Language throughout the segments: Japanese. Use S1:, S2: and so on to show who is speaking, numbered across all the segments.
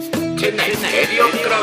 S1: エリオンクラ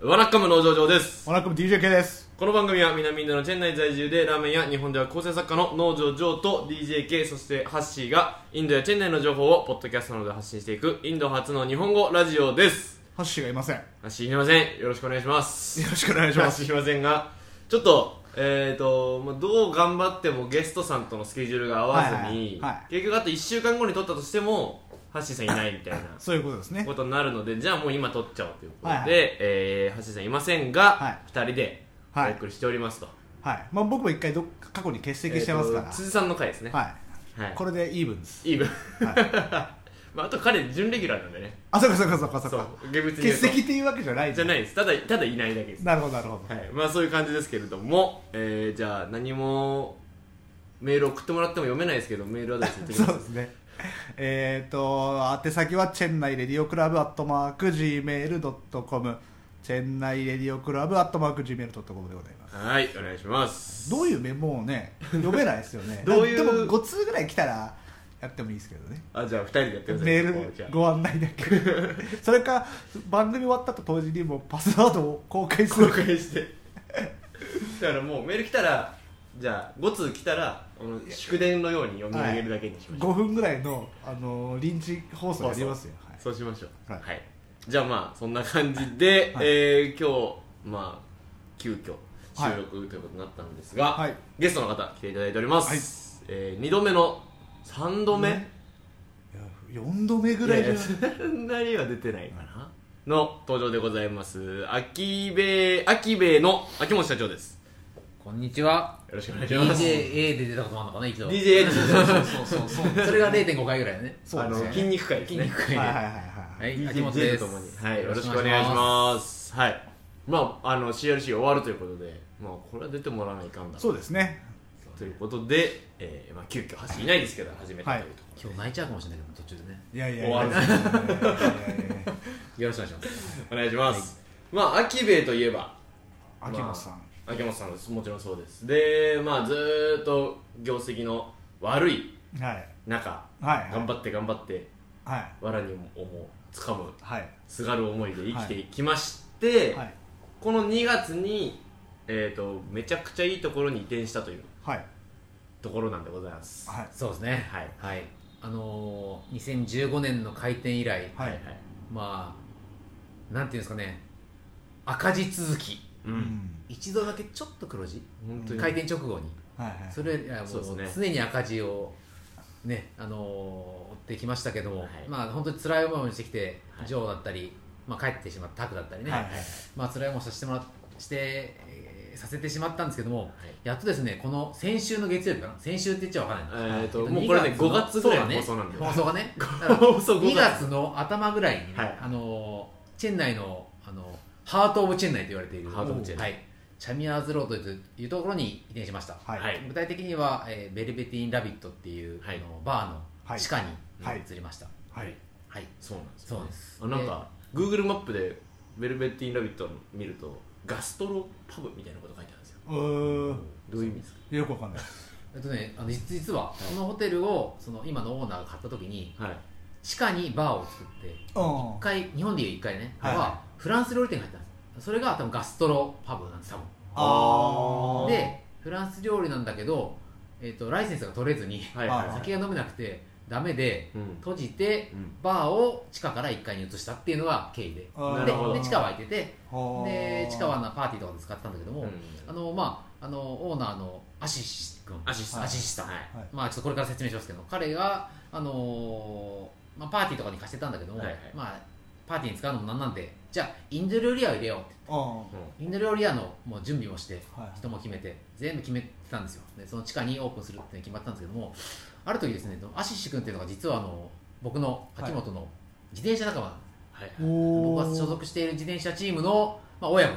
S1: ブワナッカム農場上です
S2: モナコム DJK です。
S1: この番組は南インドのチェン内在住でラーメンや日本では構成作家の農場上と DJK そしてハッシーがインドやチェン内の情報をポッドキャストなどで発信していくインド初の日本語ラジオです
S2: ハッシーがいません。よ
S1: ハッシーいませんよろしくお願いし ます
S2: ろしくお願いします。
S1: しませんがちょっとえーとまあ、どう頑張ってもゲストさんとのスケジュールが合わずに、
S2: はいはいはい
S1: 結局あと1週間後に撮ったとしてもハッシーさんいないみたいな
S2: そういうことです ね
S1: こ。とになるのでじゃあもう今撮っちゃおうということで、
S2: はいはい
S1: えー、橋さんいませんが、
S2: はい
S1: 二人で
S2: は
S1: お
S2: い
S1: 送りしておりますと,、
S2: はい。まあ僕も一回どっか過去に欠
S1: えー
S2: 席
S1: と
S2: してますから。
S1: 辻さんの回ですね、
S2: はい、
S1: はい
S2: これでイーブンです。
S1: い、い分、
S2: は
S1: まあ、あと彼準レギュラーなんでね
S2: あ、そうかそうかそうかそう
S1: そ
S2: か。
S1: う厳密に言
S2: 欠
S1: うと
S2: 席っていうわけじゃない
S1: じゃ
S2: い。
S1: ないですただただいないだけです、
S2: なるほどなるほど。
S1: はい、まあそういう感じですけれども、えー、じゃあ何もメール送ってもらっても読めないですけどメールアドレス言ってきま
S2: そう
S1: す
S2: ですね。えっと、宛先はチェンナイレディオクラブアットマーク Gmail.com。チェンナイレディオクラブアットマーク Gmail.com でございます。
S1: はいお願いします。
S2: どういうメモを ね、読めないですよね
S1: どういう
S2: でも5通ぐらい来たらやってもいいですけどね。
S1: あじゃあ二人でやってください
S2: メ
S1: もう
S2: ー
S1: じゃ
S2: ル
S1: あ
S2: ご案内だけそれか番組終わったと同時にもうパスワードを公開す
S1: 公
S2: る
S1: 開してだからもうメール来たらじゃあ5通来たらあの祝電のように読み上げるだけにしましょう、
S2: 5分ぐらいの、あのー臨時放送やりますよ、はい
S1: そうしましょうは
S2: はいい、
S1: じゃあまあそんな感じで、
S2: はい
S1: えー今日まあ急遽収録ということになったんですが、
S2: はい
S1: ゲストの方来ていただいております、え2度目の3度目、
S2: ねいや4度目ぐらい
S1: い
S2: じ
S1: やい
S2: ゃな
S1: や
S2: い
S1: そんなには出てないかなの登場でございます秋兵衛秋兵衛の秋元社長です
S3: こんにちは。
S1: よろしくお願いします
S3: DJA で出たこともあるのかな、一度。
S1: DJ
S3: そうそうそう。それが0.5回ぐらいだね。
S2: そう
S1: あ
S2: です
S1: の
S2: ね
S1: 筋肉界ですね
S3: 筋肉会
S2: はいはい
S3: で。
S2: はい
S3: は
S2: はい
S3: い、秋元で
S1: DJ
S3: す。
S1: ともに、はい、よろしくお願いしますはいまああの CRC 終わるということでまあこれは出てもらわないかんだ
S2: そうですね
S1: ということで、えーまあ、急遽走いないですけど始めたというとこ
S3: す。今日泣いちゃうかもしれないけど、途中でね。
S2: いやいやい
S1: 終
S2: や
S1: わ
S2: い
S1: る
S2: やいやいや
S3: よろしくお願いします。
S1: ろ、お願いします、まあ秋兵衛といえば
S2: 秋元さん、
S1: まあ秋元さんですもちろんそうですでまあずーっと業績の悪い
S2: はい
S1: 中
S2: はいはい
S1: 頑張って頑張って
S2: はい
S1: 藁にも思う掴む
S2: はい
S1: すがる思いで生きてきまして、
S2: はい
S1: この2月に、えー、とめちゃくちゃいいところに移転したという
S2: はい
S1: ところなんでございます
S2: はい
S3: そうですね。
S1: はい
S3: はい。あのー、2015年の開店以来、
S2: はい
S3: まあ、なんていうんですかね、赤字続き。
S1: う
S2: うんん
S3: 一度だけちょっと黒字。
S1: 本当に
S3: 開店直後に。
S2: はいはい
S3: それいやもう
S1: そうです
S3: 常に赤字を、ねあのー追ってきましたけども、
S1: はい
S3: まあ、本当に辛い思いをしてきて、
S1: はい
S3: ジョーだったり、まあ、帰ってしまったタクだったりね、
S2: はい
S3: まあ、辛い思いをさせてもらして、えーさせてしまったんですけども、
S1: い
S3: やっとですねこの先週の月曜日かな先週って言っちゃわかんないな
S1: えーと
S3: はい
S1: もうこれね
S3: 2の
S1: 5月ぐらいの放送
S3: そう
S1: な
S3: だ
S1: んだ
S3: ね
S1: よ
S3: 放送がね
S1: 放送5
S3: 2
S1: 月
S3: 月の頭ぐらいにね、
S1: はい
S3: あのーチェン内のあのーハート・オブ・チェン内と言われている
S1: ハートオブチェン
S3: はい、チャミアーズ・ロードというところに移転しました、
S2: はい
S1: はい
S3: 具体的には、えーベルベティン・ラビットっていう、
S1: はい
S3: あのバーの地下に
S2: はい
S3: 移りました、はい
S2: はい
S1: そうなんですよ
S3: そうです
S1: あなんか Google マップで「ベルベッティン・ラビット」見るとガストロパブみたいなこと書いてあるんですよ
S2: うーん
S1: どういう意味ですか
S2: よくわかんない
S3: えっとね、あの実実はこのホテルをその今のオーナーが買った時に
S1: はい
S3: 地下にバーを作って
S2: うん
S3: 一回日本でいう1回ね、
S2: はい
S3: はフランス料理店が入ったんですそれが多分ガストロパブなんです多分
S2: あー
S3: でフランス料理なんだけど、えっとライセンスが取れずに
S1: はいはいはい
S3: 酒が飲めなくてダメで
S1: うん
S3: 閉じて
S1: うん
S3: バーを地下から1階に移したっていうのが経緯で
S2: あー
S1: な
S3: で
S1: るほど
S3: で地下は空いてて
S2: はあ
S3: で地下はなパーティーとかで使ってたんだけども、
S1: うん
S3: あのまああのオーナーのアシシ君
S1: アシスタント
S3: アシスタント
S1: はい
S2: はい
S3: まあちょっとこれから説明しますけど彼があのーまあパーティーとかに貸してたんだけども、
S1: はいはい
S3: まあパーティーに使うのもなんなんでじゃあインド料理屋を入れようって
S2: うん
S1: う
S3: インド料理屋のもう準備もして
S2: はい
S3: 人も決めて全部決めてたんですよでその地下にオープンするって決まったんですけどもある時ですねアシシ君っていうのが実はあの僕の秋元の自転車仲間なんです、
S1: はいはい
S2: 僕
S3: 僕が所属している自転車チームの、まあ、親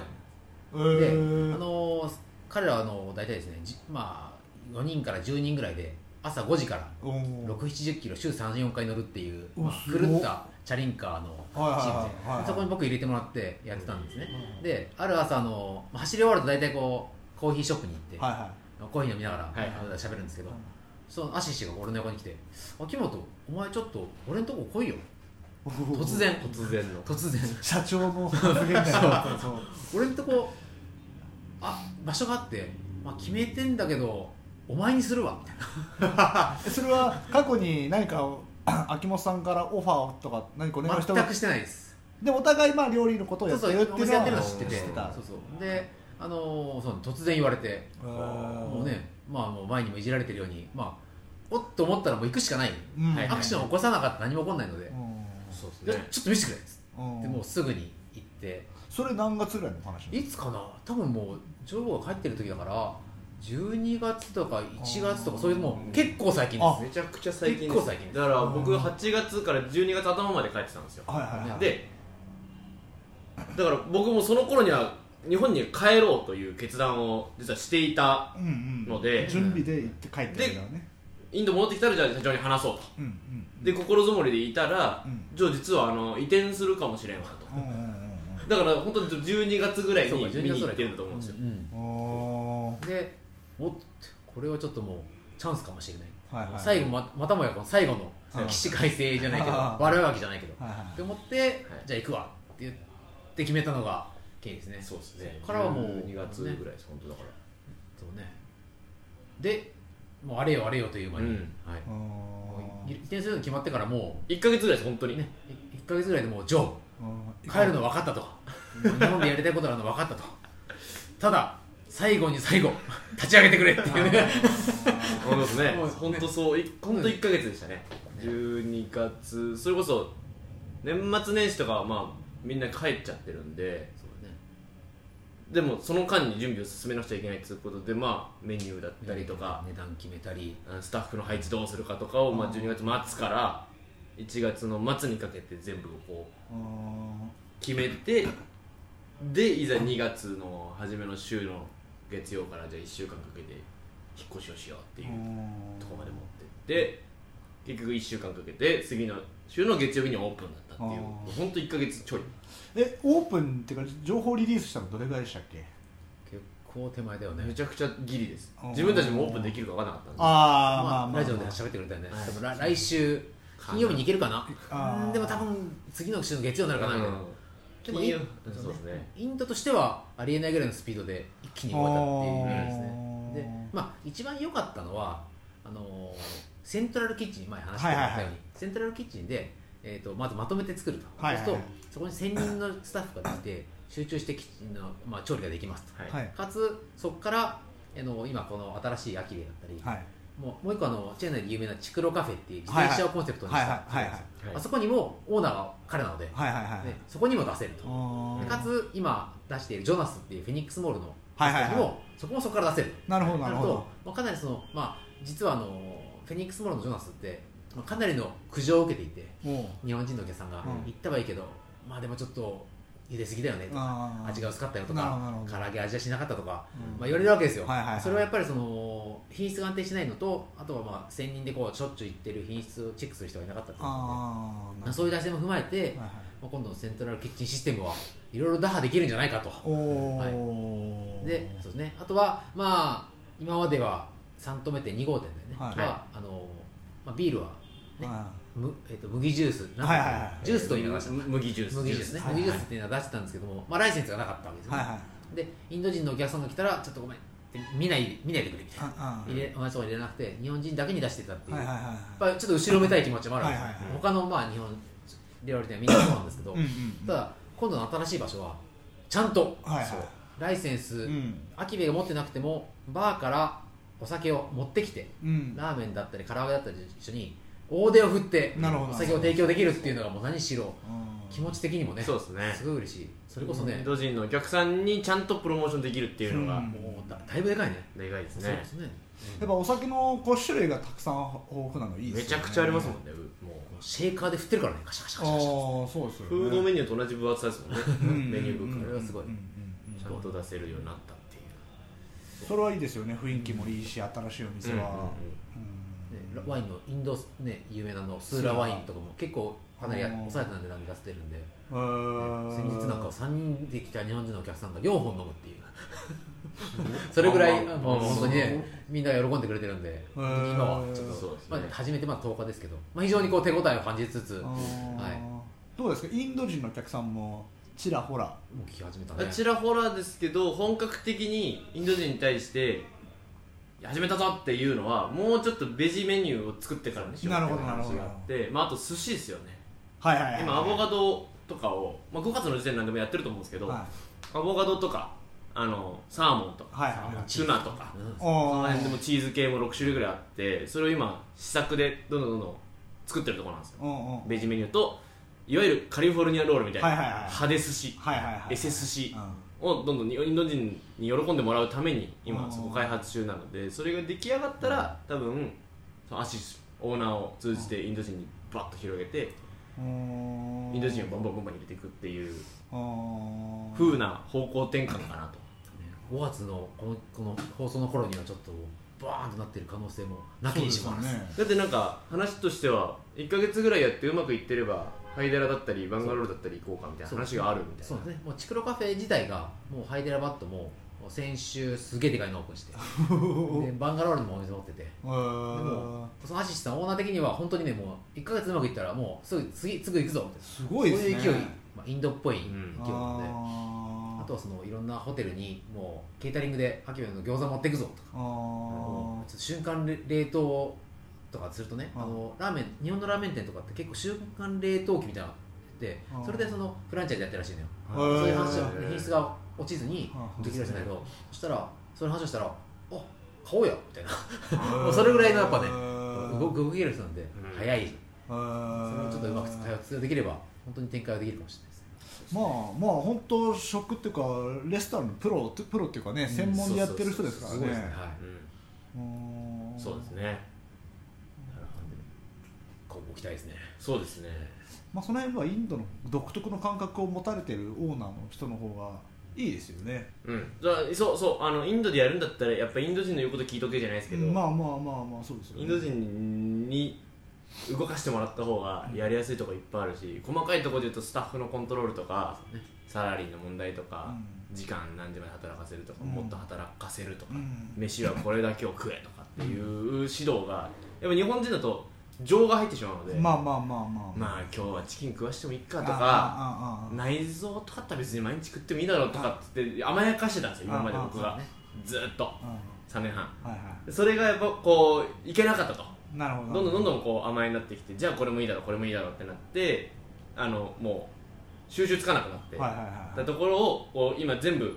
S3: 分で、あのー彼らはあのー大体ですね、じまあ、4人から10人ぐらいで朝5時から6、70キロ週34回乗るっていう、
S2: うわ
S3: まあ、
S2: すごっ
S3: 狂ったチャリンカーのチ
S2: はいはい
S3: ーム
S2: はいはい
S3: でそこに僕入れてもらってやってたんですね
S2: うん
S3: である朝あのー、まあ走り終わると大体こうコーヒーショップに行って、
S2: はいは
S3: コーヒー飲みながら
S1: はいはい
S3: あの喋、るんですけど、
S2: うん
S3: そのアシシが俺の横に来て「秋元お前ちょっと俺のとこ来いよ」突然
S1: 突然の
S3: 突然
S2: 社長の発言だよそう
S3: 俺んとこあ場所があって、まあ、決めてんだけどお前にするわみたいな
S2: えそれは過去に何かを秋元さんからオファーとか何かお願いした
S3: 全くしてないです
S2: でお互いまあ料理のことを
S3: そ
S2: や
S3: う
S2: ってるってい
S3: そう
S2: う
S3: お店やってる
S2: は
S3: の知ってて
S2: 知ってた
S3: そうそうであのーそう突然言われてもうねまあもう前にもいじられてるようにまあおっと思ったらもう行くしかない、
S2: うん
S1: はい
S3: アクションを起こさなかったら何も起こんないので、
S1: そうです
S3: いや
S1: ね
S3: ちょっと見せてくれっつって
S2: うん
S3: でもうすぐに行って
S2: それ何月ぐらいの話
S3: いつかな多分もう女王が帰ってる時だから12月とか1月とか
S2: あー
S3: そういうもう結構最近です
S2: あ
S1: めちゃくちゃ最近です
S3: 結構最近です
S1: だから僕
S2: うん
S1: 8月から12月頭まで帰ってたんですよ
S2: はいはいはい
S1: でだから僕もその頃には日本に帰ろうという決断を実はしていた
S2: うんうん
S1: ので
S2: 準備で行って帰ってるからね
S1: インド戻ってきたらじゃあ社長に話そうと
S2: うんうんうん
S1: で心づもりでいたら、
S2: うん
S1: じゃあ実はあの移転するかもしれんわと
S2: うんうん
S1: だから本当に12月ぐらいに
S3: そう
S1: 見
S3: か
S1: に
S3: 12
S1: 行っ
S3: 月
S1: てるんだと思うんですよ、
S3: うん
S2: うんおー
S3: でおっとこれはちょっともうチャンスかもしれない、
S2: はいはい
S3: 最後ままたもやこの最後
S2: うん
S3: の起死回生じゃないけど
S2: あー
S3: 笑うわけじゃないけど
S2: はいはい
S3: って思って、じゃあ行くわって言って決めたのが経緯ですね
S1: そうですね
S3: そっからはもう
S1: 12月ぐらいです、本当だか
S3: そうねでもうあれよあれよという間に、
S1: うん
S3: はい
S2: お
S3: もう移
S2: ー
S3: 転するの決まってからも
S1: ら1か月ぐらいです本当
S3: う
S1: に
S3: ね1か月ぐらいでもうジョー
S2: うん
S3: 帰るの分かったと日本でやりたいことがあるの分かったとただ最後に最後立ち上げてくれってい うね
S1: 本当ですね
S3: もう
S1: 本当そうい本当1か月でしたね12月それこそ年末年始とかはまあみんな帰っちゃってるんで
S3: そうね
S1: でもその間に準備を進めなくちゃいけないっていうことでまあメニューだったりとか、
S3: 値段決めたり
S1: あのスタッフの配置どうするかとかを、まあ、12月末から1月の末にかけて全部こう
S2: うん
S1: 決めてでいざ2月の初めの週の月曜からじゃあ1週間かけて引っ越しをしようっていうとこまで持ってって結局1週間かけて次の週の月曜日にオープンだったっていう
S2: あー
S1: ほんと1か月ちょい
S2: えオープンっていうか情報リリースしたのどれぐらいでしたっけ
S3: 結構手前だよね
S1: めちゃくちゃギリです
S2: あー
S1: 自分たちもオープンできるか分からなかったんで
S2: あ
S3: まあ
S2: あまあ
S3: ラジオで喋ってくれたよね、
S1: はい
S3: 多分ら来週金曜日に行けるかな
S2: あー
S3: うんでも多分次の週の月曜になるかなみたいな、でも
S1: 金
S3: イン
S1: 曜うんそうですね
S3: インドとしてはありえないぐらいのスピードで一気に動いたっていうですね
S2: あー
S3: で、まあ、一番良かったのはあのーセントラルキッチン前話してもら
S2: はい
S3: ったように、
S2: はいはい
S3: セントラルキッチンで、えー、とまずまとめて作ると、
S2: はいはいはい
S3: そうするとそこに1000人のスタッフができて集中してキッチンの、まあ、調理ができますと、
S1: はい、
S2: はい
S3: かつそこから、えーの今この新しいアキレイだったり、
S2: はい
S3: もうもう一個あのチェーン内で有名なチクロカフェっていう自転車をコンセプトにした、
S2: はいはいはいはい
S1: はい
S3: あそこにもオーナーが彼なので、
S2: はいはいはい
S3: ね、そこにも出せると、
S2: あ
S3: で
S2: ー
S3: かつ今出しているジョナスっていうフェニックスモールの
S2: はいはいはい
S3: にもそこもそこから出せる
S2: なるほどな
S3: な
S2: る
S3: る
S2: ほ
S3: と
S2: ど、
S3: まあ、かなりその、まあ、実はあのフェニックスモールのジョナスって、まあ、かなりの苦情を受けていて
S2: おう
S3: 日本人のお客さんが、
S2: うん
S3: 行ったはいいけどまあでもちょっと茹ですぎだよねとか
S2: あー
S3: 味が薄かったよと
S2: なるほどな
S3: か
S2: るほど
S3: 唐揚げ味がしなかったとか、
S2: うん
S3: まあ、言われるわけですよ、
S2: はいはいはい
S3: それはやっぱりその品質が安定しないのとあとはまあ専任でこうしょっちゅう行ってる品質をチェックする人がいなかったっていうので
S2: あー
S3: まあそういう体制も踏まえて、
S2: はいはい
S3: まあ、今度のセントラルキッチンシステムはいろいろ打破できるんじゃないかと
S2: おお、
S3: はいでそうですねあとはまあ今までは3止めて2号店でね、
S2: はい
S3: まああのまあ、ビールは、ね
S2: は
S3: むえっと麦ジュース、なんてうの
S2: はいはいはい
S3: ジュースというのが出した
S1: む麦ジュース
S3: 麦ジュースね、
S2: はいはい
S3: 麦ジュースっていうのは出してたんですけども、まあ、ライセンスがなかったわけで
S2: い
S3: すよ、
S2: はい
S3: ね
S2: はい
S3: でインド人のお客さんが来たらちょっとごめんって見ない見ないでくれみたいな
S2: あうん
S3: 入れ同じとこ入れなくて日本人だけに出してたっていう、
S2: はいはいはいは
S3: やっぱちょっと後ろめたい気持ちもあるわけです、
S2: はいはいはい
S3: 他のまあ日本料理店はみんなそうなんですけど、
S2: いうんうん
S3: ただ今度の新しい場所はちゃんと、
S2: はいはい
S3: そうライセンス、
S2: うん
S3: アキベが持ってなくてもバーからお酒を持ってきて
S2: うん
S3: ラーメンだったり唐揚げだったりと一緒に大手を振って
S2: なるほど
S3: お酒を提供できるっていうのがもう何しろ気持ち的にもね
S1: そうですね
S3: すごい嬉しいそれこそ
S1: イン
S3: ね
S1: ド人のお客さんにちゃんとプロモーションできるっていうのが
S2: うん
S3: もうだだいぶでかいね
S1: でかいです
S3: そう
S1: ね
S3: ですね
S2: やっぱお酒のこう種類がたくさん豊富なのいいで
S1: め
S2: す
S1: ち
S2: よ
S1: ゃ
S2: ね
S1: くちゃありますもんねうもう
S3: シェーカーで振ってるからねカシャカシ
S2: あ
S3: ャカシャカシャ
S2: あそうですよね
S1: フードメニューと同じ分厚さですもんね、
S2: うん
S1: メニューブッ
S3: こ
S1: ク
S3: れ
S1: が
S3: はすごい
S2: うんうん
S1: ちゃんと出せるようになったっていう
S2: うんそれはいいですよね雰囲気もいいし新しいお店はうん
S3: ねラワインのインド、ね、有名なのスーラワインとかも結構かなり抑えた値段で出してるんで
S2: うーん
S3: 先日なんか3人で来た日本人のお客さんが4本飲むっていう それぐらい、
S1: まあ
S3: うん
S1: まあ
S3: 本当にねみんな喜んでくれてるんで、
S2: ー
S3: 本当に今はちょっ
S1: そう
S3: と、
S1: ですね
S3: まあ、初めてまあ10日ですけど、まあ、非常にこう手応えを感じつつ
S2: あー
S3: も
S2: どうですかインド人のお客さんもちらほら
S3: う聞き始めた
S1: あ
S3: ね
S1: ちらほらですけど本格的にインド人に対して始めたぞっていうのはもうちょっとベジメニューを作ってからにしようっていう
S2: なる
S1: 話
S2: ほど
S1: があ
S2: なる
S1: っ
S2: ほ
S1: て、まあ、あと寿司ですよね
S2: はいはいはい
S1: 今アボカドとかを、まあ、5月の時点で何でもやってると思うんですけど、
S2: はい
S1: アボカドとかあのサーモンとか
S2: はいはいはい
S1: ツナとか
S3: うん
S1: そ
S2: お
S1: の辺で
S2: ー
S1: もチーズ系も6種類ぐらいあってそれを今試作でどんどんどんどん作ってるところなんですよ
S2: うんうん
S1: ベジメニューといわゆるカリフォルニアロールみたいな、
S2: はいはいはい
S1: 派手寿司、
S2: はいはいはい
S1: エセ寿司
S2: うん
S1: をどんどんインド人に喜んでもらうために
S2: う
S1: 今
S2: ん
S1: そこ開発中なのでそれが出来上がったら多分そのアシスオーナーを通じてインド人にバッと広げて
S2: うーん
S1: インド人をバンバンバンバン入れていくっていう
S2: うーん
S1: 風な方向転換かなと
S3: 5月のこのこの放送の頃にはちょっとバーンとなってる可能性もなきにしもあらず、
S2: そうですよね
S1: だってなんか話としては1か月ぐらいやってうまくいってればハイデラだったりバンガロールだったり行こうかみたいな話があるみた
S3: そ
S1: いうな
S3: ですねもうチクロカフェ自体がもうハイデラバットも先週すげえでかいのオープンして でバンガロールにもお店持ってて
S2: うーん
S3: でもそのアシスさんオーナー的には本当にねもう1か月うまくいったらもうすぐ次すぐ行くぞみたいな
S2: すごいですね
S3: そういう勢い、まあ、インドっぽい勢い
S1: うん
S3: なので、
S2: あ
S3: あとはそのいろんなホテルにもうケータリングで秋葉の餃子持っていくぞとか
S2: あー
S3: もうちょっと瞬間冷冷凍とかするとね、
S2: うん
S3: あのラーメン日本のラーメン店とかって結構瞬間冷凍機みたいなので、
S2: うん
S3: それでそのフランチャイズやってるらしいのよ、
S2: へー
S3: そういう話を品質が落ちずに
S2: うん
S3: できるらしいんだけど、そしたらその話をしたら「あ買おうや」みたいな
S2: も
S3: もうそれぐらいのやっぱね動
S2: 動
S3: く動ける人なんで、
S1: ん
S3: 早い
S2: ち
S3: それをちょっとうまく使い通用できれば本当に展開はできるかもしれないです
S2: ま
S3: ね
S2: あまあ本当食っていうかレストランのプロプロっていうかね専門でやってる人ですから
S3: すごいですね、
S2: ね
S3: はい、
S2: うーん
S1: そうですねなるほど
S3: 今後期待ですね
S1: そうですね
S2: まあその辺はインドの独特の感覚を持たれてるオーナーの人の方がいいですよね
S1: うんだからそうそうあのインドでやるんだったらやっぱインド人の言うこと聞いとけじゃないですけど、
S2: まあまあまあまあそうですよね
S1: インド人に動かしてもらった方がやりやすいとこいっぱいあるし細かいところで言うとスタッフのコントロールとか
S3: そうです
S1: サラリーの問題とか
S2: う
S1: 時間何時まで働かせるとか
S2: うん
S1: もっと働かせるとか
S2: うん
S1: 飯はこれだけを食えとかっていう指導がやっぱ日本人だと情が入ってしまうので
S2: まあまあまあまあ
S1: まあ今日はチキン食わしてもいいか
S2: あ
S1: とか
S2: ああああ
S1: 内臓とかだったら別に毎日食ってもいいだろうとかって言って甘やかしてたんですよ今まで僕
S2: ああ
S1: が
S2: あ
S1: ずーっと3年半
S2: あはいは
S1: それがやっぱこういけなかったと
S2: いなるほ
S1: ど
S2: ど
S1: んどんどん
S2: ん
S1: どんこう甘えになってきてじゃあこれもいいだろうこれもいいだろうってなってあのもう収集つかなくなって、
S2: はいはいはい
S1: だところをこう今全 部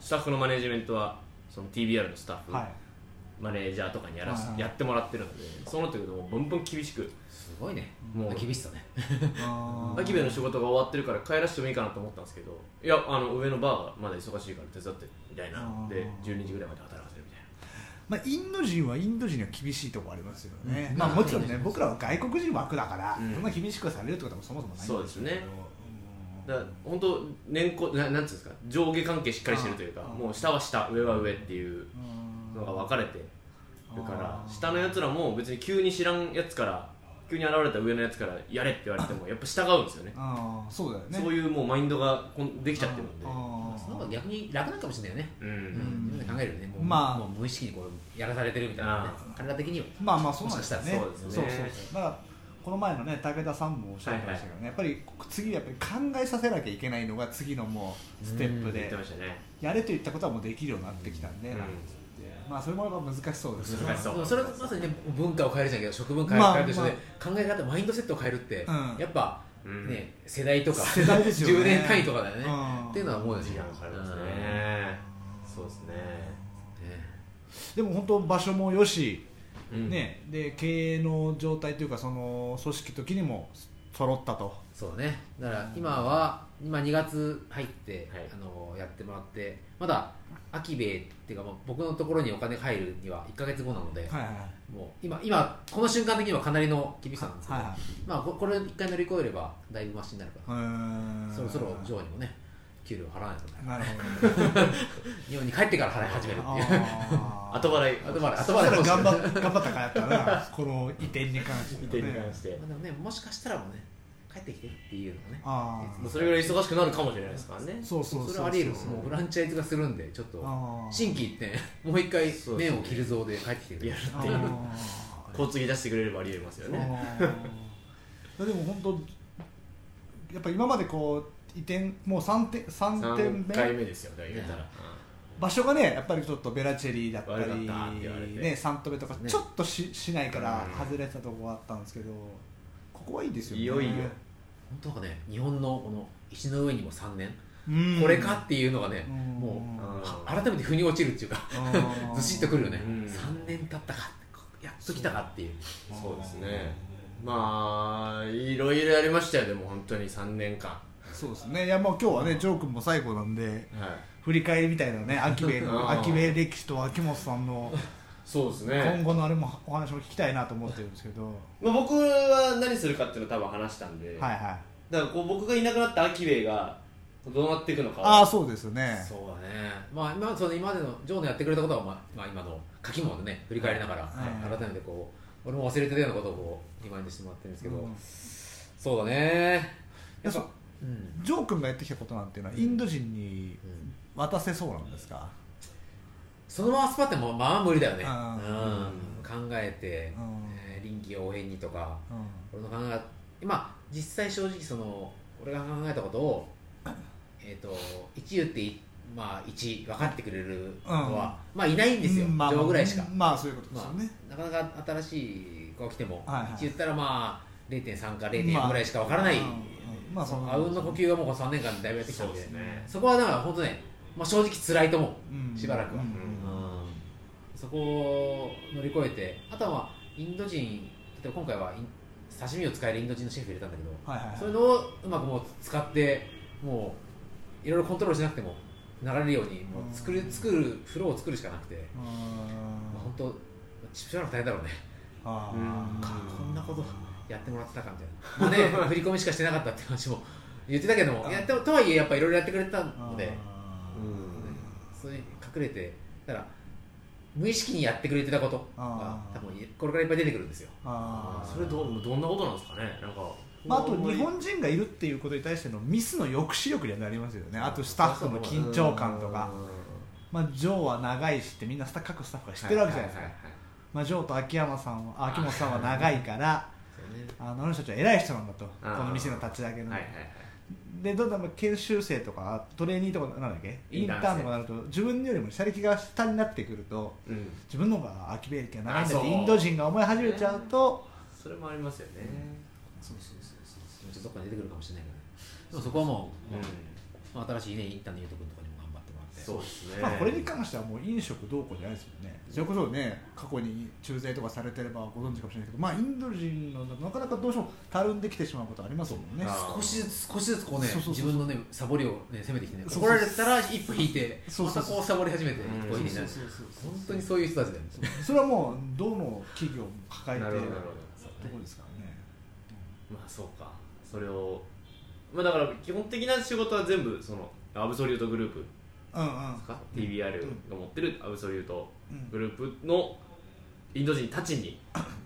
S1: スタッフのマネジメントはその TBR のスタッフ、
S2: はい
S1: マネージャーとかにやら
S2: は
S1: す、
S2: いはい
S1: やってもらってるのでそうなってくるともうブンブン厳しく
S3: すごいね
S1: もう
S3: 厳しさね
S2: あー
S1: 秋部の仕事が終わってるから帰らせてもいいかなと思ったんですけどいやあの上のバーがまだ忙しいから手伝ってみたいな
S2: あー
S1: で12時ぐらいまで働かせるみたいな
S2: まあ、インド人はインド人には厳しいところありますよね、
S3: うん
S2: まあもちろんね
S3: そうです
S2: 僕らは外国人枠だから、
S1: うん
S2: そんな厳しくされるってこともそもそもないん
S1: そうですね
S2: けど
S1: だから本当年功ななんていうんですか上下関係しっかりしてるというか
S2: あー
S1: もう下は下上は上っていう
S2: うん
S1: のが分かれてるから
S2: あー
S1: 下のやつらも別に急に知らんやつから急に現れた上のやつからやれって言われてもやっぱ従うんですよね
S2: あーそうだよね
S1: そう
S2: う
S1: いうもうマインドがこんできちゃってるんで
S2: あ
S3: その方
S2: ー
S3: が逆に楽なんかもしれないよね、
S1: うん、
S3: うん自分で考えるよねもう,、
S2: まあ
S3: もう無意識にこうやらされてるみたいな、ね
S1: あ、
S3: 体的には
S2: まあまあそうなんですよね
S1: もしかしたら
S2: そ
S1: そう
S2: う
S1: ですね
S2: そうそうだからこの前のね武田さんもおっしゃってましたけどね、やっぱり次はやっぱり考えさせなきゃいけないのが次のもうステッ
S1: 言
S2: プ
S1: っ
S2: で
S1: てましたね、
S2: やれと言ったことはもうできるようになってきたんで、
S1: うん
S2: なんかまあそれもやっぱ難しそうですよね
S1: 難しそう
S3: でもそれはまさにね文化を変えるじゃないけど食文化を
S2: まあ
S3: 変えると一緒で、考え方マインドセットを変えるって、
S2: うん
S3: やっぱ、
S1: うん
S3: ね世代とか
S2: 世代です よね
S3: 10年単位とかだよね、
S2: うん
S3: っていうのは思うよね
S1: 時間かかりますね、そうですね、
S3: うんね
S2: でも本当場所もよし、
S1: うん
S2: ね、で経営の状態というかその組織的にも揃ったと、
S3: そうねだから今は今2月入って、
S1: はい
S3: あのやってもらってまだ秋兵衛っていうかもう僕のところにお金入るには1か月後なので、
S2: はいはいはい
S3: もう今今この瞬間的にはかなりの厳しさなんですけど、
S2: はいはい
S3: まあ、ここれ一回乗り越えればだいぶマシになるか
S2: う
S3: ら、
S2: ーん
S3: そろそろジョーにもね給料払わないとね
S2: なるほどね
S3: 日本に帰ってから払い始めるっていう
S2: あ
S1: 後払い
S3: 後払い後
S2: そ
S3: 払
S2: し
S3: い
S2: たら
S3: も
S2: 頑
S3: し
S2: 張っ頑張ったからやったなこの移転に関してはね
S1: 見てに関して
S3: まあでもねもしかしたらもうね帰ってきてっていうのもね
S2: あ
S1: もうそれぐらい忙しくなるかもしれないですからね
S2: あそうそう
S3: そ
S2: そう
S3: れはあり得る
S2: そう
S3: もうフランチャイズがするんでちょっと
S2: あー
S3: 新規行って もう一回
S1: そうですね
S3: 麺を切るぞで帰ってきてくれ
S1: や
S3: る
S1: る
S2: あ
S1: っ
S2: ー
S1: ていう交通費出してくれればありえますよね
S2: あーでも本当やっぱ今までこう移転もう3点三点
S1: 3回
S2: 目
S1: 目ですよだから言ったら
S2: 場所がねやっぱりちょっとベラチェリーだったり
S1: 悪かったって言われて
S2: ね、サントベとか
S3: ね
S2: ちょっとし市内から
S1: うん
S2: 外れてたとこがあったんですけどここはいいですよね
S1: いよいよ
S3: 本当なんかね日本のこの石の上にも3年
S2: うん
S3: これかっていうのがね
S2: うん
S3: もう
S1: うん
S3: は改めて腑に落ちるっていうか
S2: うん
S3: ずしっとくるよね
S1: うん
S3: 3年経ったかやっと来たかっていう
S1: そうですねまあいろいろやりましたよでも本当に3年間は
S2: そうですねいやもう今日はねジョー君も最後なんで
S1: い
S2: 振り返りみたいなね秋兵衛
S1: うん
S2: の秋兵衛歴史と秋元さんの
S1: そうです
S2: 今
S1: ね、
S2: 後のあれもお話も聞きたいなと思ってるんですけど
S1: まあ、僕は何するかっていうのを多分話したんで、
S2: はいはい
S1: だからこう僕がいなくなったアキベイがどうなっていくのか
S2: ああそうですね
S3: そうだね、まあ、今その今までのジョーのやってくれたことは、まあまあ、今の書き物でね振り返りながら、
S2: はい
S3: 改めてこう俺も忘れてたようなことをこうリマインドしてもらってるんですけど、
S2: うん
S3: そうだね
S2: いや
S3: やっ
S2: そ
S3: ぱうん、
S2: ジョー君がやってきたことなんていうのはインド人に
S3: うん
S2: 渡せそうなんですか、
S3: そのままスパってもまあ無理だよね、
S2: あ
S3: うん考えて、
S2: うん
S3: えー臨機応変にとか
S2: うん
S3: 俺の考えまあ実際正直その俺が考えたこ とをえっ、と一言っていまあ一分かってくれるのは、まあいないんですよ、
S2: うんまあ
S3: ジョーぐらいしか。
S2: まあそういうことですよ
S3: ま
S2: ね、
S3: あ、なかなか新しい子が来ても、
S2: はいはい
S3: 1言ったらまあ0.3か0.4ぐらいしかわからない、
S2: まあうんまあその
S3: あうんの呼吸がもう3年間でだいぶやってきたんで
S1: そうですね
S3: そこはだから本当ね、まあ、正直辛いと思
S2: うん
S3: うしばらくは、
S2: うん
S3: うんそこを乗り越えてあとはまあインド人例えば今回はイン刺身を使えるインド人のシェフ入れたんだけど、
S2: はいはいはい
S3: そういうのをうまくもう使ってもういろいろコントロールしなくてもなられるようにもう作る、
S2: うん
S3: 作るフローを作るしかなくて、
S2: うーん
S3: まあ、本当しばらく大変だろうね
S2: あ
S1: うん
S2: ー
S3: かこんなことやってもらってたかみたい な、まあね、振り込みしかしてなかったって話も言ってたけどもいやでもとはいえやっぱいろいろやってくれてたので
S2: あー
S1: う
S3: それに隠れてだから無意識にやってくれてたことが
S2: あー
S3: 多分これからいっぱい出てくるんですよ
S2: あ
S1: ん
S2: ー
S1: それどうどんなことなんですかねなんか、
S2: まあ、あと
S1: んま
S2: 日
S1: り
S2: 本人がいるっていうことに対してのミスの抑止力にはなりますよねあとスタッフの緊張感とか、まあ、ジョーは長いしってみんなスタ各スタッフが知ってるわけじゃないですか、
S1: はははは
S2: まあ、ジョーと秋山さんは秋元さんは長いからあのあの人たちは偉い人なんだと
S1: あー
S2: この店の立ち上げの、
S1: はいはいはい
S2: でどんどん研修生とかトレーニーとかなんだっけ
S1: イ
S2: イ
S1: ン
S2: ン
S1: タ
S2: タ
S1: ーン
S2: ーンとかなると自分よりも車力が下になってくると
S1: うん
S2: 自分の方が秋ベイ歴が長いんだっ
S1: あそ
S2: て
S1: う
S2: インド人が思い始めちゃうと
S1: それもありますよね、
S3: そうそうそうそうちょっとどっかに出てくるかもしれないけどねでもそこはもう、まあ、新しいねインターンのゆうとくんとかにも頑張ってもらって
S1: そうですね、
S2: まあこれに関してはもう飲食どうこうじゃないですもんねそれこそね過去に駐在とかされてればご存知かもしれないけどまあインド人のなかなかどうしてもたるんできてしまうことありますもんね
S1: あー
S3: 少しずつ少しずつこうね
S2: そうそうそう
S3: 自分のねサボりをね攻めてきてね
S2: そうそう
S3: 怒られたら一歩引いて
S2: そうそうそう
S3: またこうサボり始めて
S1: うん
S3: 一歩引いてになる
S2: そうそうそうそう
S3: 本当にそういう人たちだよね
S2: それはもうどの企業も抱えて
S1: な
S2: る
S1: る
S2: と
S1: ほどなるほ
S2: ころですからね
S1: どまあそうかそれをまあだから基本的な仕事は全部そのアブソリュートグループ
S2: うん
S1: ですか TBR が持ってるアブソリュート
S2: うん
S1: グループのインド人たちに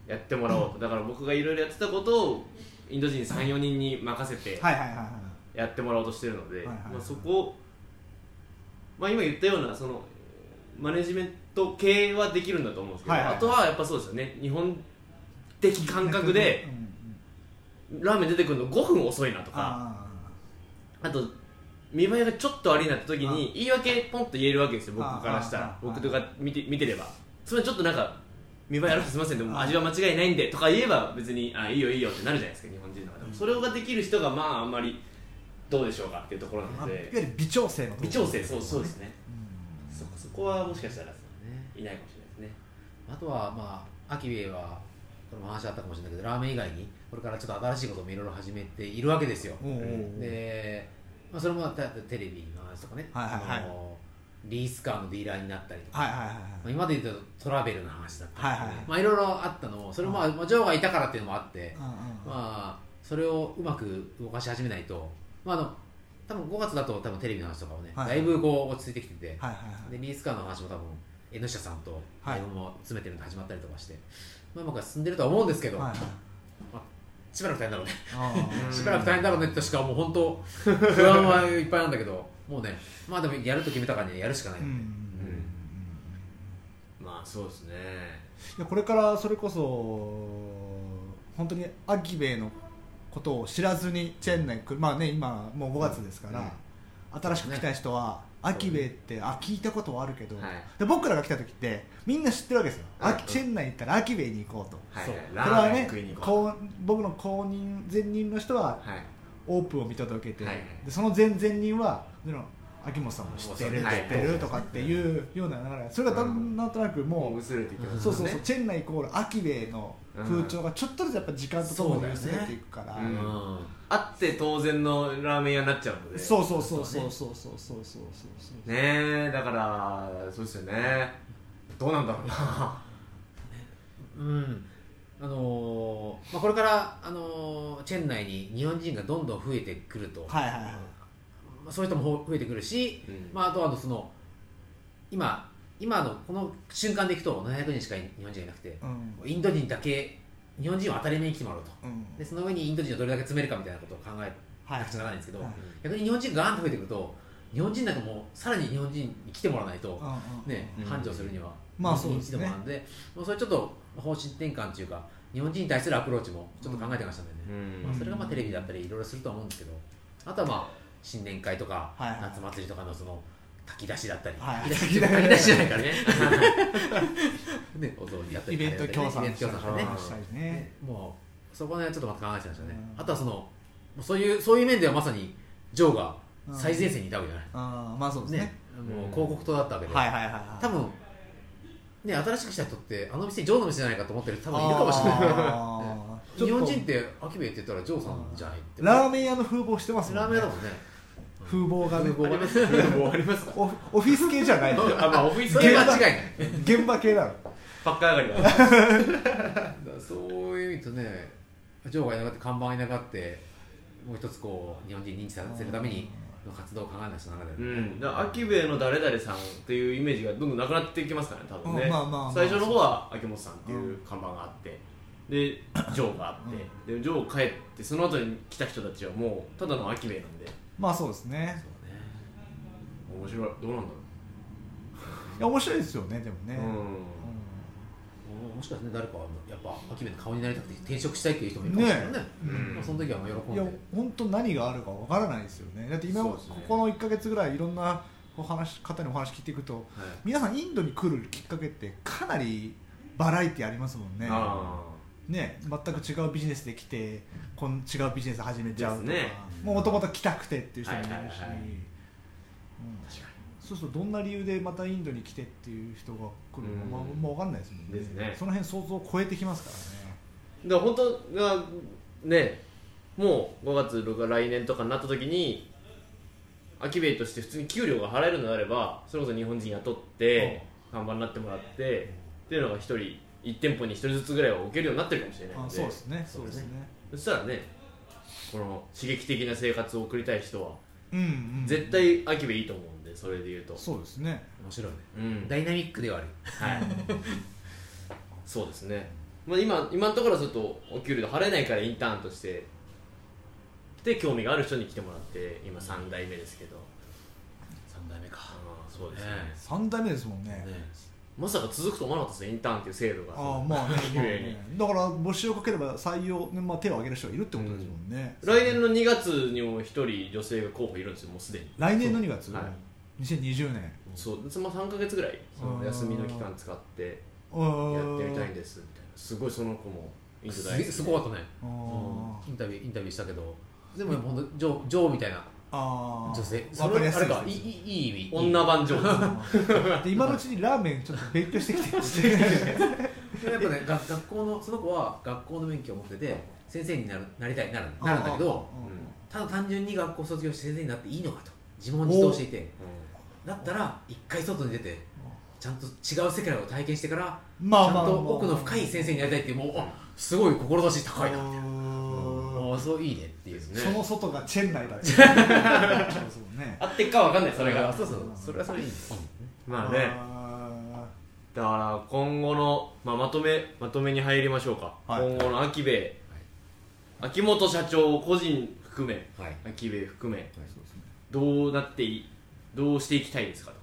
S1: やってもらおうとだから僕がいろいろやってたことをインド人34人に任せて
S2: はいはいはいはい
S1: やってもらおうとしてるので、
S2: いはいはい
S1: まあ、そこを、まあ、今言ったようなそのマネジメント系はできるんだと思うんですけど、
S2: はいはいはい
S1: あとはやっぱそうですよね日本的感覚で
S2: うんうん
S1: ラーメン出てくるの5分遅いなとか
S2: ああ
S1: あと見栄えがちょっと悪いなって時に言い訳ポンと言えるわけですよ僕
S2: あー
S1: からした
S2: あー
S1: ら
S2: あー
S1: 僕とか見て見てればそれちょっとなんか見栄え悪くてすいませんでも味は間違いないんでとか言えば別にあいいよいいよってなるじゃないですか日本人の方もそれができる人がまああんまりどうでしょうかっていうところなの
S2: まあいわ
S1: で
S2: ゆる微調整のとこ
S1: 微
S2: ろ
S1: 調整そうそうですね
S2: うん
S1: そこそこはもしかしたら
S3: ね
S1: いないかもしれないですね
S3: あとはまあアキベイはこれも話あったかもしれないけどラーメン以外にこれからちょっと新しいこともいろいろ始めているわけですよ
S2: おうおうおう
S3: で、まあ、それもたテレビの話とかね、
S2: はいはいはい
S3: あのリースカーのディーラーになったりとか、
S2: はいはいはい
S3: まあ今で言うとトラベルの話だったりとか
S2: はいはいはい
S3: まあいろいろあったのもそれもまあまあジョーがいたからっていうのもあって、
S2: うんうん
S3: まあ、それをうまく動かし始めないと、まあ、あの多分5月だと多分テレビの話とかもね、
S2: はい
S3: だいぶこう落ち着いてきてて、
S2: はいはいはい
S3: でリースカーの話も多分 N 社さんと
S2: はい
S3: ライブも詰めてるんで始まったりとかして、まあ、うまく進んでるとは思うんですけど、
S2: はいはい
S3: まあ、しばらく大変だろうね
S2: あ
S1: うん
S3: しばらく大変だろうねってしかもう本当不安はいっぱいなんだけどもうねまあでもやると決めたからにはやるしかない、
S2: ーうん
S1: まあそうですね
S2: いやこれからそれこそ本当にアキベイのことを知らずにチェン内来るまあね今もう5月ですから、新しく来た人は、アキベイってあ聞いたことはあるけど、
S1: はい
S2: で僕らが来た時ってみんな知ってるわけですよ、
S1: うん
S2: あきチェン内行ったらアキベイに行こうと
S1: はい
S3: そう
S1: はい
S2: これは
S1: ラーメン
S2: ね
S1: 食いに行こ
S2: こう僕の公認前任の人は
S1: うはい
S2: オープンを見届けて、
S1: はいはい
S2: でその前々人はもちろん秋元さんも知ってる、
S1: はい
S2: 知ってるとかっていうような流れそれがだんなんとなくもう、
S1: もう薄れてきますね
S2: そうそうそうチェンナイイコールアキベイの風潮がちょっとずつやっぱ時間とともに薄れていくから、
S1: そうだよね
S3: うん
S1: あって当然のラーメン屋になっちゃうので
S2: そうそうそうそうそうそうそうそうそう、
S1: ねえだからそうですよねどうなんだろうな
S3: うんあのーまあ、これから、あのーチェン内に日本人がどんどん増えてくると、
S2: はいはいはい
S3: まあ、そういう人も増えてくるし、
S1: うん
S3: まあ、あとはあのその今今のこの瞬間でいくと700人しか日本人がいなくて
S2: うん
S3: インド人だけ日本人は当たり前に来てもらうと
S2: うん
S3: でその上にインド人をどれだけ詰めるかみたいなことを考え
S2: はい
S3: なくちゃならないんですけど、
S2: はい
S3: 逆に日本人がガーンと増えてくると日本人なんかもうさらに日本人に来てもらわないと、
S2: うん
S3: ね
S1: うん、
S3: 繁盛するには、
S2: まあそうで
S3: 日
S2: す
S3: で
S2: ね
S3: もなんで、もうそれちょっと方針転換というか、日本人に対するアプローチもちょっと考えてましたんでね、
S1: うん
S3: まあ、それがまあテレビだったり、いろいろするとは思うんですけど、あとはまあ新年会とか、
S2: はいはい
S3: 夏祭りとかのその炊き出しだったり、
S2: はい
S3: 炊
S2: 炊
S3: き出し
S2: き
S3: 炊き
S2: 出
S3: 出
S2: し
S3: しじゃない からね、ねお雑煮やったり、
S2: イベント協賛
S3: イベント協賛とかね
S1: 協賛
S2: したりね
S3: ねもうそこね、ちょっとまた考えてましたね、
S2: うん
S3: あとはそのもうそういうそういう面ではまさに、ジョーが最前線にいたわけじゃない、
S2: あーまあそうですね
S3: ねもう広告塔だったわけで。
S2: はいはいはいはい
S3: 多分ね新しく来た人ってあの店ジョーの店じゃないかと思ってる人多分いるかもしれない
S2: あー
S3: 日本人ってアキベイって言ったらジョーさんじゃないって
S2: ラーメン屋の風貌してますもん
S3: ラーメン屋だもんね
S2: 風貌がね
S3: 風貌がね
S1: もうありますか
S2: オフオフィス系じゃない
S1: あまあオフィス
S3: それ
S1: 系
S3: は
S1: は
S3: 間違いない
S2: 現場系だろ
S1: ばっか上がりだ
S3: そういう意味とねジョーがいなかった看板がいなかったもう一つこう日本人に認知させるためにの活動を考えなきゃならないうよね
S1: んだからアキベイの誰々さんっていうイメージがどんどんなくなっていきますからね多分ね、
S2: うんまあまあまあ
S1: 最初の方は秋元さんっていう看板があってでジョーがあって、でジョー帰ってその後に来た人たちはもうただのアキベイなんで
S2: まあそうですね
S3: そうね
S1: 面白いどうなんだろ
S2: いや面白いですよねでもね、
S1: う、
S2: うん
S3: もうもしかしてね誰かはやっぱアキベイの顔になりたくて転職したいっていう人もいるかもしれないね
S2: ね
S1: うん
S3: まあその時はもう喜ん
S2: い
S3: で
S2: や本当何があるかわからないですよねだって今、
S1: そう
S2: こ
S1: ですね
S2: この1か月ぐらいいろんなお話方にお話聞いていくと
S1: はい
S2: 皆さんインドに来るきっかけってかなりバラエティありますもんね
S1: あ
S2: ね全く違うビジネスで来てこん違うビジネス始めちゃうとか
S1: ですね
S2: もともと来たくてっていう人もいるし、
S1: はいはいはい
S2: うん
S1: あ確か
S2: そうそうどんな理由でまたインドに来てっていう人が来るのか、
S1: うん
S2: まあ、分かんないですもんね
S1: ですね
S2: その辺想像を超えてきますからね
S1: にだから本当がねもう5月6月来年とかになった時にアキベイとして普通に給料が払えるのであればそれこそ日本人雇って看板になってもらってっていうのが1人1店舗に1人ずつぐらいは置けるようになってるかもしれない
S2: あ
S1: ので
S2: そうですねそ
S3: そうう
S2: で
S3: ですす
S2: ね
S3: ね
S1: そしたらねこの刺激的な生活を送りたい人は
S2: うん、うん、
S1: 絶対アキベイいいと思うんでそれで言うと
S2: そうですね
S3: 面白いね
S1: うん
S3: ダイナミックではある
S1: はい、そうですね、まあ、今今のところはちょっとお給料払えないからインターンとしてで興味がある人に来てもらって今3代目ですけど
S3: 3代目か
S1: あーそうですね
S3: ね
S2: 3代目ですもんね
S3: ね
S1: まさか続くと思わなかったですねインターンっていう制度が
S2: ああまあねまあ
S1: 上に
S2: ねだから募集をかければ採用、ねまあ、手を挙げる人がいるってことですもんね、
S1: 来年の2月にも1人女性が候補いるんですよもうすでに
S2: 来年の2月、
S1: そうはい
S2: 2020年
S1: そうその3か月ぐらいその休みの期間使って
S2: あー
S1: やってみたいんですみたいなすごいその子もインド大好きです
S3: ごかったね、
S2: あー
S3: インタビューインタビューしたけどでもやっぱほんとジョージョーみたいな
S2: あー
S3: 女性そ
S2: わかり
S3: れ
S2: や
S3: はあ
S2: すい
S3: れ
S2: で
S3: かいい
S2: すね
S3: いいい意味
S1: 女版 上手
S2: で今のうちにラーメンちょっと勉強してきて
S3: それやっぱねが学校のその子は学校の免許を持ってて先生になるなりたいなるなるんだけどただ単純に学校卒業して先生になっていいのかと自問自答していてだったら一回外に出てちゃんと違う世界を体験してから
S2: まあまあ
S3: ちゃん
S2: まあ
S3: と奥の深い先生になりたいっていうもうあすごい志高いな
S2: な
S3: もうそういいねっていう
S1: です
S2: その
S1: ね
S2: 外がチェン内だってそうですもんね
S1: あってっかわかんないそれが
S3: そうそうそれはそれいいです
S1: まあね
S2: あ
S1: だから今後の、まあ、まとめまとめに入りましょうか、
S2: はい
S1: 今後のアキベイ、秋元社長個人含め
S3: はい
S1: 秋兵衛含め
S2: そうですね
S1: どうなっていどうしていきたいですかとか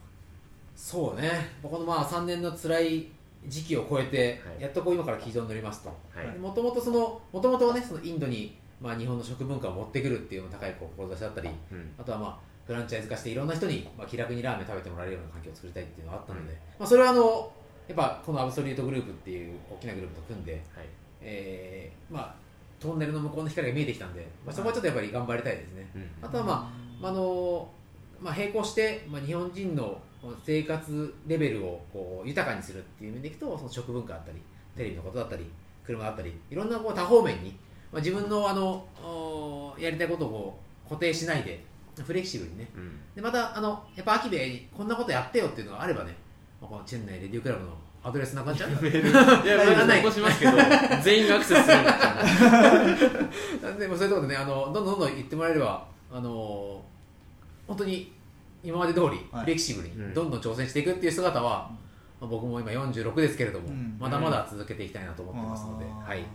S3: そうねこのまあ3年の辛い時期を超えて、
S1: はい
S3: やっとこう今から軌道に乗りますと
S1: はい
S3: もともとそのもともとはねそのインドに、まあ、日本の食文化を持ってくるっていうのが高いこう志だったり
S1: うん
S3: あとはまあフランチャイズ化していろんな人に、まあ、気楽にラーメン食べてもらえるような環境を作りたいっていうのがあったので、
S1: うん
S3: まあ、それはあのやっぱこのアブソリュートグループっていう大きなグループと組んで、
S1: はい
S3: えーまあ、トンネルの向こうの光が見えてきたんで、まあ、そこはちょっとやっぱり頑張りたいですね。
S1: うん
S3: あとはまああのまあ、並行して、まあ、日本人の生活レベルをこう豊かにするっていう面でいくとその食文化だったりテレビのことだったり車だったりいろんなこう多方面に、まあ、自分のあのおやりたいことをこう固定しないでフレキシブルにね
S1: うん
S3: でまたあのやっぱ秋部にこんなことやってよっていうのがあればね、まあ、このチェンナイレディオクラブのアドレスなくなっちゃうから
S1: いや、
S3: やら
S1: ま
S3: な
S1: あ、
S3: い
S1: 残しますけど、 全員がアクセスするんだったら
S3: なん でもうそういうところでねあのどんどんどんどん言ってもらえればあの本当に今まで通り
S2: はい
S3: フレキシブル
S1: う
S3: に
S1: ん
S3: どんどん挑戦していくっていう姿は、まあ僕も今46ですけれども、
S2: うん
S3: まだまだ続けていきたいなと思ってますので、
S2: あー
S3: はい、引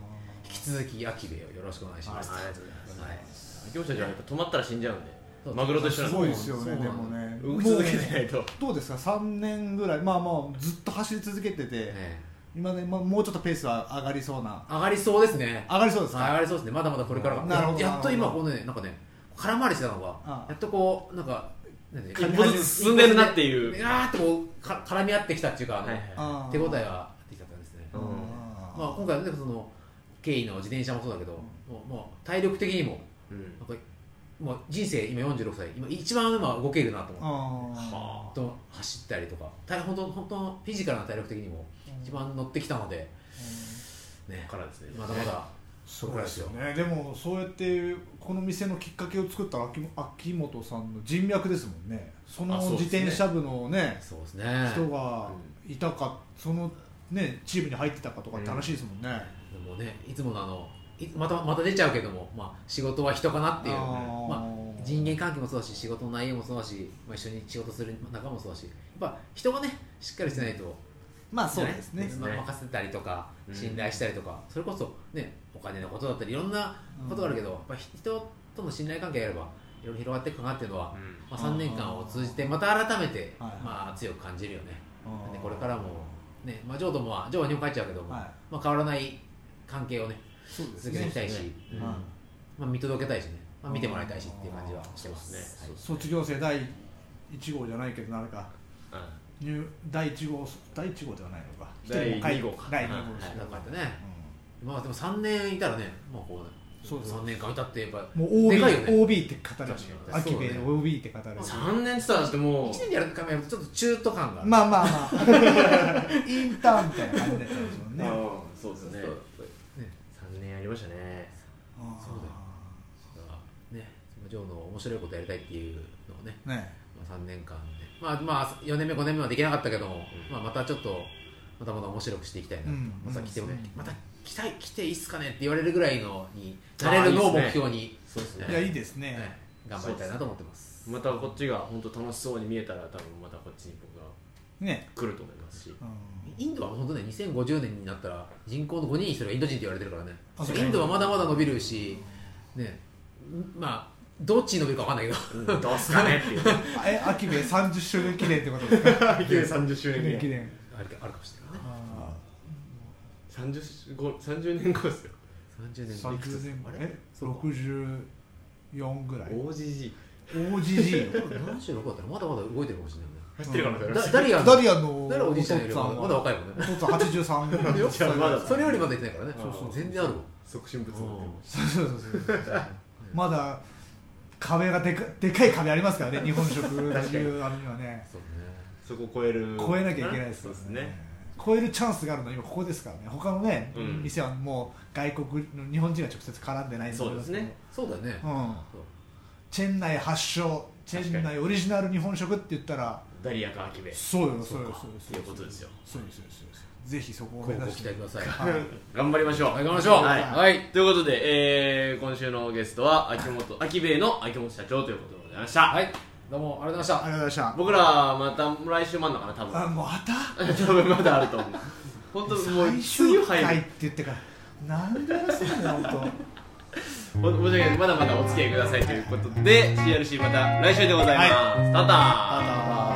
S3: き続き秋部をよろしくお願いします。
S1: あ
S3: は
S1: あ
S3: い
S1: りがとうございます業者じゃやっぱ止まったら死んじゃうんで、
S3: そう
S1: マグロと一緒
S2: す
S1: なん
S2: ごいですよ
S3: そう
S2: ね
S3: なん
S2: で
S3: だ
S2: もね
S1: 動き続けてないと。
S2: どうですか3年ぐらいまあまあずっと走り続けてて、
S3: え
S2: 今ね、まあ、もうちょっとペースは上がりそうな
S3: え上がりそうですね。
S2: 上がりそうですか、
S3: 上がりそうですね。まだまだこれからが
S2: なるほど
S3: やっと
S2: なる
S3: 今
S2: ほ
S3: このねなんかね空回りしてたの
S2: あ
S3: が
S2: あ
S3: やっとこうなんかなんていう
S1: 一
S3: の
S1: 歩ずつ進んでるなっていう。
S3: ガーッとこうか絡み合ってきたっていうか、あの
S1: はいはい
S2: あー
S3: 手応えができたんですね、
S1: うん
S3: まあ、今回はねその経緯の自転車もそうだけど、もうもう体力的にも
S1: うん
S3: なんかもう人生今46歳今一番今動けるなと思って
S2: あ
S1: はあ
S3: と走ったりとか大本当本当のフィジカルな体力的にも
S2: うん
S3: 一番乗ってきたので、
S1: ここ、
S3: ね
S1: からですね。
S3: まだまだ
S2: そうですよねでもそうやってこの店のきっかけを作った秋秋元さんの人脈ですもんねその
S1: あそうです
S2: 自
S1: ね
S2: 転車部のね
S3: そうですね
S2: 人がいたかそのねチームに入ってたかとかって話ですもんね、
S3: でもねいつものあのいまたまた出ちゃうけども、まあ、仕事は人かなっていう、
S2: あー
S3: まあ、人間関係もそうだし仕事の内容もそうだし、まあ、一緒に仕事する仲もそうだしやっぱ人がねしっかりしてないと、
S2: まあそうですね
S3: ねまあ任せたりとか
S1: うん
S3: 信頼したりとか、それこそ、ね、お金のことだったりいろんなことがあるけど、やっぱ人との信頼関係があればいろいろ広がっていくかなっていうのは、
S1: うん
S3: まあ、3年間を通じてまた改めて、
S2: はいはい
S3: まあ、強く感じるよね。
S2: あー
S3: でこれからも、ねまあ、ジョーともはジョーは日本帰っちゃうけども、
S2: はい
S3: まあ、変わらない関係をね
S2: そうです
S3: 続けてい
S2: ね
S3: きたいし、
S1: うん
S2: はい
S3: まあ、見届けたいしね、まあ、見てもらいたいしっていう感じはしてますね。
S1: そうです
S2: 卒業生第1号じゃないけどなんか
S1: うん
S2: 入第1号第1号ではないのか
S1: 第二号
S2: 一人も帰
S1: か
S2: 第2号で
S3: は
S2: す
S3: い、
S2: ね
S3: なんかやってね、まあ、でも3年いたらね、まあこう
S2: そうです
S3: 3年間いたってやっぱ
S2: うんもう OB
S3: でかいよね。
S2: OB って語るし
S3: 確かに
S2: 秋兵衛
S3: そうだね
S2: OB って語るし
S1: 3年ってさ、だっても
S3: 1年でやるかもやるとちょっと中途感がある。
S2: まあまあまあインターンみたいな感じだったんでしょう
S1: う、
S2: ね
S1: う
S2: あ
S1: んそうですね。
S3: ね
S1: 3年やりましたね。
S2: ー
S3: そうだからね、ジョーの面白いことやりたいっていうのをね、
S2: ね
S3: まあ、3年間で、まあまあ4年目5年目はできなかったけども、
S1: うん
S3: まあ、またちょっとまたまた面白くしていきたいなと、
S2: うん
S3: また来て、
S2: うん
S3: また来たい来ていいっすかねって言われるぐらいのになれるのを目標に
S1: そうです
S2: い
S1: ね。
S2: やいいですね
S3: ね頑張りたいなと思ってます
S1: またこっちが本当楽しそうに見えたら、多分またこっちに僕が
S2: ね
S1: 来ると思いますし。
S2: うん
S3: インドは本当ね2050年になったら人口の5人に1人がインド人って言われてるからね
S2: あそう
S3: インドはまだまだ伸びるしねまあどっちに伸びるか分かんないけど
S1: うんどうすかねって いう。
S2: あえ秋兵衛30周年記念ってことですか
S1: 30周
S2: 記念記念
S3: あるかあるかもしれないね
S2: あ
S1: 30後30年後ですよ
S3: 30
S2: ー
S3: 年後いくつ
S2: 30年
S3: あ
S2: 後
S3: れ
S2: え
S3: そうか
S2: 64ぐらい
S1: OGG
S2: OGG
S3: 76だったらまだまだ動いてるかもしれないね
S1: 走ってるからだよ
S3: だダリアン
S2: ダリアンの
S3: ダリアンおじいちゃんよ
S2: お
S3: り
S2: 父
S3: ま
S2: さん
S3: だ
S2: は
S3: まだ若いもんね
S2: お父さん83
S1: じゃあまだ
S3: それよりまだ言ってないからね
S1: そうそう
S3: 全然あるわ
S1: 促進物も
S2: そうそうそうそうまだ壁がでかでかい壁ありますからね日本食っていうあれにはね
S3: そう
S1: そこ超える
S2: 超えなきゃいけないです
S1: そ
S2: か
S1: うです
S2: らね
S1: ね
S2: 超えるチャンスがあるのは今ここですからね他のね、
S1: うん
S2: 店はもう外国の日本人が直接絡んでないん
S1: そうですね
S3: そうだよね
S2: けどうん、
S3: そう
S2: チェン内発祥チェン内オリジナル日本食って言ったら
S1: ダリアかアキベ
S2: そうよそう
S3: そう
S2: よ
S3: か
S2: そうよ
S1: ということですよ
S2: そうですそうですそうですぜひそこを
S3: ご
S2: 目
S3: ご
S2: 指し
S3: 期
S2: て
S3: 待ください
S2: はい
S1: 頑張りましょう
S3: はい頑張りましょう
S1: はい、
S3: はい
S1: ということで、えー今週のゲストは秋元秋兵衛の秋元社長ということでございました、
S3: はいどうもありがとうございま
S2: あり
S3: した
S2: がとうございまし
S1: 僕らまた来週もあんのかな多
S2: たあ
S1: 分
S2: もうまた
S1: 多分まだあると思う本当もう
S2: 最
S1: 梅
S2: 終
S1: 雨
S2: 回
S1: 入
S2: っ
S1: る
S2: て言ってからなんでやらせるんだよ本
S1: お申し訳ないまだまだお付き合いくださいということで CRC また来週でございます、ただ
S2: ただ